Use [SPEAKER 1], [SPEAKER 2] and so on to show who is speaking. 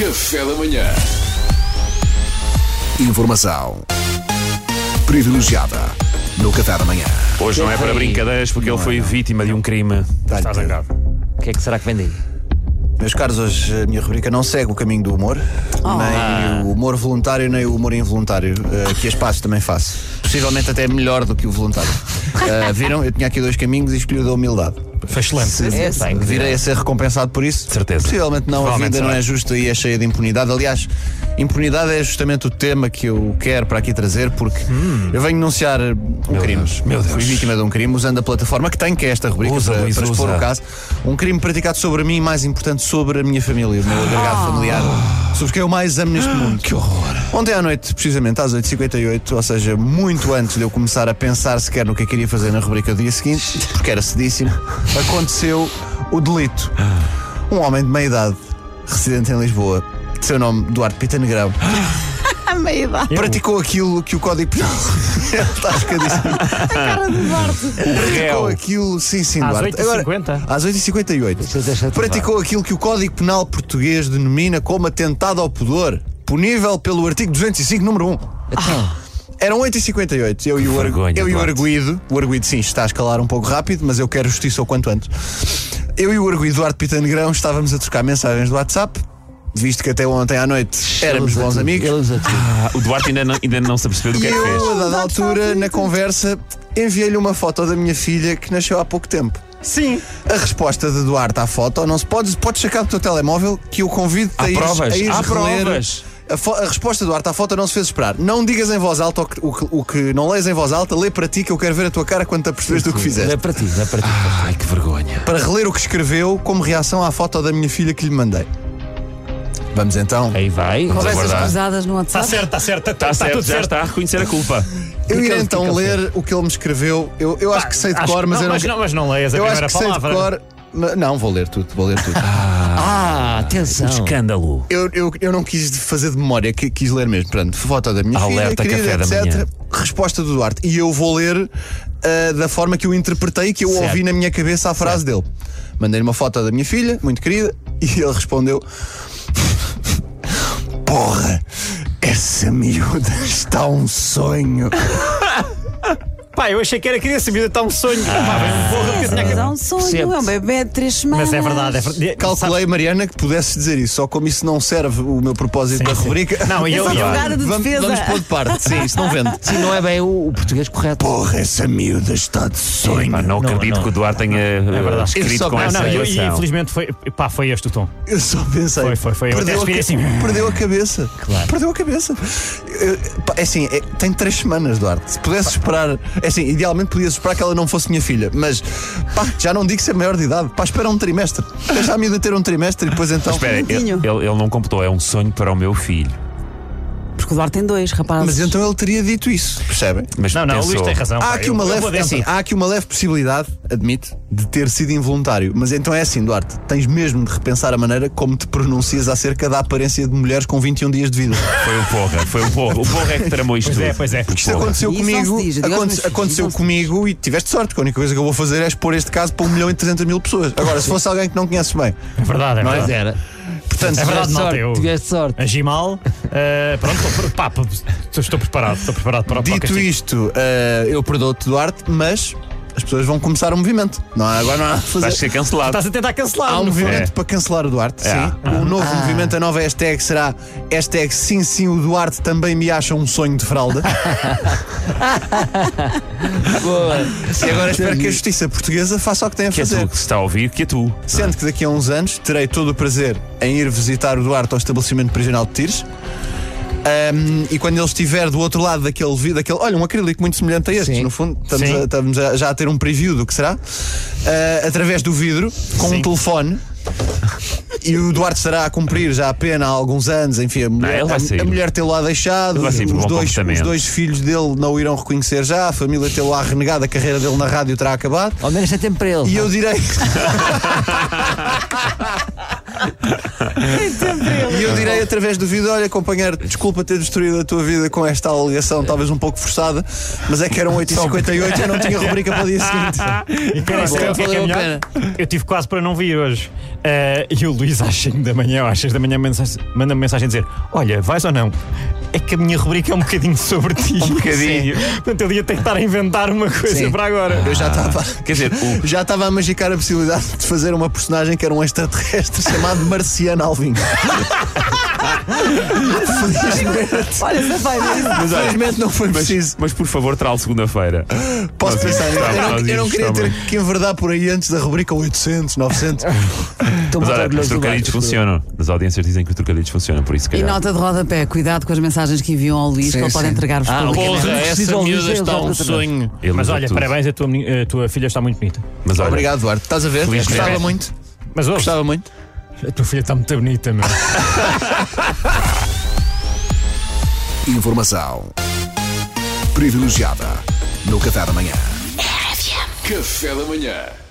[SPEAKER 1] Café da manhã. Informação privilegiada no Café da manhã.
[SPEAKER 2] Hoje não é para brincadeiras porque ele foi vítima de um crime. Está zangado.
[SPEAKER 3] O que é que será que vem daí?
[SPEAKER 4] Meus caros, hoje a minha rubrica não segue o caminho do humor, nem o humor voluntário, nem o humor involuntário, eh, que as pazes também faço. Possivelmente até melhor do que o voluntário. Eh, viram? Eu tinha aqui dois caminhos e escolhi o da humildade.
[SPEAKER 2] Foi excelente.
[SPEAKER 4] Se, se virei a ser recompensado por isso?
[SPEAKER 2] Certeza.
[SPEAKER 4] Possivelmente não, a
[SPEAKER 2] Provavelmente
[SPEAKER 4] vida não
[SPEAKER 2] será.
[SPEAKER 4] é justa e é cheia de impunidade. Aliás, impunidade é justamente o tema que eu quero para aqui trazer, porque eu venho denunciar um crime.
[SPEAKER 2] Deus, Hum. meu Deus.
[SPEAKER 4] Fui vítima de um crime usando a plataforma que tem, que é esta rubrica,
[SPEAKER 2] Usa,
[SPEAKER 4] para,
[SPEAKER 2] Luís,
[SPEAKER 4] para expor
[SPEAKER 2] usa.
[SPEAKER 4] o caso. Um crime praticado sobre mim e, mais importante, sobre a minha família, o meu agregado familiar, sobre quem eu mais amo neste mundo. Que horror! Ontem à noite, precisamente às 8h58, ou seja, muito antes de eu começar a pensar sequer no que eu queria fazer na rubrica do dia seguinte, porque era cedíssimo, aconteceu o delito. Um homem de meia idade, residente em Lisboa, de seu nome Duarte Pita Negrão,
[SPEAKER 5] A meia idade.
[SPEAKER 4] praticou aquilo que o Código Penal. Ele está chocadíssimo.
[SPEAKER 5] Cara de Duarte.
[SPEAKER 4] Praticou
[SPEAKER 2] Réu.
[SPEAKER 4] aquilo, sim, sim,
[SPEAKER 3] Às
[SPEAKER 4] Duarte. Agora,
[SPEAKER 3] 8h50?
[SPEAKER 4] Às 8h58. Praticou aquilo que o Código Penal português denomina como atentado ao pudor, punível pelo artigo 205, número 1. Eram 8h58. Eu, e o, ar-
[SPEAKER 2] Então. vergonha,
[SPEAKER 4] eu e o
[SPEAKER 2] Duarte.
[SPEAKER 4] arguído. O arguído, sim, está a escalar um pouco rápido, mas eu quero justiça o quanto antes. Eu e o arguído Duarte Pita Negrão estávamos a trocar mensagens do WhatsApp, visto que até ontem à noite éramos bons amigos.
[SPEAKER 2] Ah, o Duarte ainda não, ainda não se apercebeu do que
[SPEAKER 4] E
[SPEAKER 2] é que fez.
[SPEAKER 4] eu, a dada altura, na conversa, enviei-lhe uma foto da minha filha que nasceu há pouco tempo. Sim. A resposta de Duarte à foto, não se pode, podes sacar do teu telemóvel que eu convido-te
[SPEAKER 2] Há
[SPEAKER 4] a ires,
[SPEAKER 2] provas,
[SPEAKER 4] a ires
[SPEAKER 2] há
[SPEAKER 4] reler.
[SPEAKER 2] provas.
[SPEAKER 4] A, fo- a resposta do Duarte à foto não se fez esperar. Não digas em voz alta o que, o que- o que não lês em voz alta, lê para ti que eu quero ver a tua cara quando te apercebes do que fizeste.
[SPEAKER 3] Dá para ti, dá para ti.
[SPEAKER 2] Ai, que vergonha.
[SPEAKER 4] Para reler o que escreveu como reação à foto da minha filha que lhe mandei. Vamos então.
[SPEAKER 3] Aí vai.
[SPEAKER 2] Vamos
[SPEAKER 5] Conversas
[SPEAKER 2] aguardar.
[SPEAKER 5] cruzadas no
[SPEAKER 6] Está
[SPEAKER 5] WhatsApp.
[SPEAKER 6] Tá certo, está certo, está
[SPEAKER 2] Está certo,
[SPEAKER 6] tudo
[SPEAKER 2] já
[SPEAKER 6] certo.
[SPEAKER 2] está a reconhecer a culpa.
[SPEAKER 4] Eu
[SPEAKER 3] ele- o
[SPEAKER 4] irei
[SPEAKER 3] que
[SPEAKER 4] então
[SPEAKER 3] que ele
[SPEAKER 4] ler o que ele me escreveu. Eu, eu acho que sei de
[SPEAKER 6] Acho-
[SPEAKER 4] cor, mas
[SPEAKER 6] não,
[SPEAKER 4] eu não
[SPEAKER 6] mas, não, mas não leias a
[SPEAKER 4] Eu acho
[SPEAKER 6] primeira
[SPEAKER 4] que sei de
[SPEAKER 6] palavra.
[SPEAKER 4] cor. mas- Não, vou ler tudo, vou ler tudo.
[SPEAKER 3] Ah, atenção.
[SPEAKER 2] Escândalo.
[SPEAKER 4] eu, eu, eu não quis fazer de memória, qui- quis ler mesmo. Pronto, foto da minha
[SPEAKER 2] Alerta,
[SPEAKER 4] filha, querida,
[SPEAKER 2] café da
[SPEAKER 4] etc.
[SPEAKER 2] manhã.
[SPEAKER 4] Resposta do Duarte. E eu vou ler ah, da forma que eu interpretei, que eu
[SPEAKER 2] Certo.
[SPEAKER 4] ouvi na minha cabeça a frase dele. Mandei-lhe uma foto da minha filha, muito querida, e ele respondeu: Porra, essa miúda está um sonho.
[SPEAKER 6] Pá, eu achei que era criança, miúda está um sonho. Pá, mas porra, porque eu tinha que-
[SPEAKER 5] Mas há um sonho,
[SPEAKER 3] Percebo.
[SPEAKER 5] é um bebê de três semanas.
[SPEAKER 6] Mas é verdade, é verdade.
[SPEAKER 4] Calculei, Mariana, que pudesse dizer isso, só como isso não serve o meu propósito da rubrica.
[SPEAKER 6] Não, e eu,
[SPEAKER 5] Esse
[SPEAKER 6] e eu,
[SPEAKER 5] advogado é de
[SPEAKER 4] vamos,
[SPEAKER 5] defesa.
[SPEAKER 4] vamos pôr de parte, sim, isso não vende.
[SPEAKER 3] Sim, não é bem o, o português correto.
[SPEAKER 4] Porra, essa miúda está de sonho.
[SPEAKER 2] Pá, não, acredito que o Duarte tenha eh,
[SPEAKER 4] Eu
[SPEAKER 2] escrito
[SPEAKER 4] só-
[SPEAKER 2] com
[SPEAKER 4] não,
[SPEAKER 2] essa
[SPEAKER 6] não, eu, e
[SPEAKER 2] relação.
[SPEAKER 6] infelizmente foi, pá, foi este o tom.
[SPEAKER 4] Eu só pensei.
[SPEAKER 6] Foi, foi, foi. Eu
[SPEAKER 4] Perdeu, a,
[SPEAKER 6] até respirei
[SPEAKER 4] ca-
[SPEAKER 6] assim.
[SPEAKER 4] perdeu a cabeça.
[SPEAKER 3] Claro.
[SPEAKER 4] Perdeu a cabeça. Eu- pá, É assim, é- tem três semanas, Duarte. Se pudesse esperar. É assim, idealmente podias esperar que ela não fosse minha filha. Mas, pá, já não digo ser maior de idade. Pá, espera um trimestre. Deixa a miúda ter um trimestre e depois então.
[SPEAKER 2] Espera, ele,
[SPEAKER 5] Pinho.
[SPEAKER 2] ele- ele não computou, é um sonho para o meu filho.
[SPEAKER 5] Porque o Duarte tem dois, rapazes.
[SPEAKER 4] Mas então ele teria dito isso, percebem?
[SPEAKER 2] Mas
[SPEAKER 6] Não, não, o
[SPEAKER 2] pensou,
[SPEAKER 6] Luís tem razão.
[SPEAKER 4] há
[SPEAKER 6] pá,
[SPEAKER 4] aqui
[SPEAKER 6] eu-
[SPEAKER 4] uma
[SPEAKER 6] eu vou
[SPEAKER 4] leve, é
[SPEAKER 6] dentro.
[SPEAKER 4] assim, há aqui uma leve possibilidade, admito, de ter sido involuntário. Mas então é assim, Duarte, tens mesmo de repensar a maneira como te pronuncias acerca da aparência de mulheres com 21 dias de vida.
[SPEAKER 2] Foi o porra, foi o porra. O porra é que tramou isto
[SPEAKER 6] Pois é,
[SPEAKER 2] tudo.
[SPEAKER 6] pois é.
[SPEAKER 4] Porque isto
[SPEAKER 2] Porra.
[SPEAKER 4] aconteceu
[SPEAKER 5] Isso não
[SPEAKER 4] comigo,
[SPEAKER 5] se diz, eu digo aos
[SPEAKER 4] aconte-
[SPEAKER 5] meus filhos,
[SPEAKER 4] aconteceu
[SPEAKER 5] não se diz.
[SPEAKER 4] comigo e tiveste sorte. que A única coisa que eu vou fazer é expor este caso para 1 milhão e 300 mil pessoas. Agora, se fosse alguém que não conheces bem,
[SPEAKER 6] É verdade, é
[SPEAKER 3] Mas
[SPEAKER 6] verdade.
[SPEAKER 3] era.
[SPEAKER 4] portanto,
[SPEAKER 6] É verdade,
[SPEAKER 3] Tiveste
[SPEAKER 6] malta, eu-
[SPEAKER 3] sorte, tiveste sorte.
[SPEAKER 6] Agi mal. eh, pronto, estou, pre- pá, estou- estou preparado. Estou preparado para, para o
[SPEAKER 4] dito
[SPEAKER 6] castigo.
[SPEAKER 4] isto, eh, eu perdoo-te, Duarte, mas as pessoas vão começar o movimento. Não há, agora não há nada a
[SPEAKER 2] Vais
[SPEAKER 4] fazer.
[SPEAKER 2] ser cancelado.
[SPEAKER 6] Estás a tentar cancelar.
[SPEAKER 4] Há um
[SPEAKER 6] no fundo.
[SPEAKER 4] movimento
[SPEAKER 2] É.
[SPEAKER 4] para cancelar o Duarte,
[SPEAKER 2] É.
[SPEAKER 4] sim. O novo movimento, a nova hashtag será hashtag sim, sim, o Duarte também me acha um sonho de fralda.
[SPEAKER 3] Boa.
[SPEAKER 4] e agora espero que a justiça portuguesa faça o que tem a
[SPEAKER 2] Que é
[SPEAKER 4] fazer.
[SPEAKER 2] tu que se está a ouvir, que é tu.
[SPEAKER 4] Sendo que daqui a uns anos terei todo o prazer em ir visitar o Duarte ao estabelecimento prisional de Tires. Ahm, e quando ele estiver do outro lado daquele vídeo, daquele, olha, um acrílico muito semelhante a este,
[SPEAKER 3] Sim.
[SPEAKER 4] no fundo, estamos,
[SPEAKER 6] Sim.
[SPEAKER 4] a- estamos a- já a ter um preview do que será, ah, através do vidro, com um
[SPEAKER 6] Sim.
[SPEAKER 4] telefone. E o Duarte estará a cumprir já a pena há alguns anos, enfim, a mulher,
[SPEAKER 2] ele vai
[SPEAKER 4] a-
[SPEAKER 2] sair.
[SPEAKER 4] a mulher tê-lo lá deixado,
[SPEAKER 2] Ele vai sair por
[SPEAKER 4] os
[SPEAKER 2] um bom
[SPEAKER 4] dois,
[SPEAKER 2] comportamento.
[SPEAKER 4] os dois filhos dele não o irão reconhecer já, a família tê-lo lá renegado, a carreira dele na rádio terá acabado.
[SPEAKER 3] Ao menos tem tempo para ele. é?
[SPEAKER 4] E eu direi. É e eu direi através do vídeo: olha, companheiro, desculpa ter destruído a tua vida com esta alegação, talvez um pouco forçada, mas é que eram
[SPEAKER 3] um
[SPEAKER 4] 8h58 e eu não tinha rubrica para o dia seguinte.
[SPEAKER 6] E querem saber o que é que é
[SPEAKER 3] Valeu a
[SPEAKER 6] melhor? Eu tive quase para não vir hoje. Eh, e o Luís às 5 da manhã, ou às 6 da manhã, mensa- manda-me mensagem a dizer: Olha, vais ou não? É que a minha rubrica é um bocadinho sobre ti. Um
[SPEAKER 2] bocadinho.
[SPEAKER 6] Portanto, ele ia ter que estar a inventar uma coisa
[SPEAKER 4] Sim.
[SPEAKER 6] para agora.
[SPEAKER 4] Eu já estava.
[SPEAKER 2] Quer dizer, o-
[SPEAKER 4] Já estava a magicar a possibilidade de fazer uma personagem que era um extraterrestre chamado Marciano Alvim. Felizmente,
[SPEAKER 5] Olha, safai,
[SPEAKER 4] felizmente não foi preciso.
[SPEAKER 2] mas por favor, trá-lo segunda-feira.
[SPEAKER 4] Posso
[SPEAKER 2] nós
[SPEAKER 4] pensar nisso?
[SPEAKER 2] íamos-
[SPEAKER 4] Eu não,
[SPEAKER 2] nós
[SPEAKER 4] eu não
[SPEAKER 2] íamos
[SPEAKER 4] queria ter
[SPEAKER 2] também.
[SPEAKER 4] que enverdar por aí antes da rubrica 800, 900.
[SPEAKER 3] Estou
[SPEAKER 2] Mas
[SPEAKER 3] muito
[SPEAKER 2] olha, os
[SPEAKER 3] orgulhoso do
[SPEAKER 2] trocadilhos
[SPEAKER 3] Vasco.
[SPEAKER 2] funcionam. As audiências dizem que os trocadilhos funcionam, por isso que
[SPEAKER 5] E nota de rodapé, cuidado com as mensagens que enviam ao Luís,
[SPEAKER 4] Sim,
[SPEAKER 5] que ele pode
[SPEAKER 4] sim.
[SPEAKER 5] entregar-vos
[SPEAKER 2] Ah,
[SPEAKER 5] publicamente.
[SPEAKER 2] porra,
[SPEAKER 3] essa miúda está um sonho.
[SPEAKER 6] Mas olha, parabéns, a tua, meni- a tua filha está muito bonita.
[SPEAKER 2] Mas olha,
[SPEAKER 4] Obrigado, Duarte. Estás a ver?
[SPEAKER 2] Felizmente.
[SPEAKER 4] Gostava muito.
[SPEAKER 6] Mas ouve,
[SPEAKER 4] Gostava muito.
[SPEAKER 6] a tua filha está muito bonita, meu.
[SPEAKER 1] Informação privilegiada no Café da Manhã. Café da Manhã.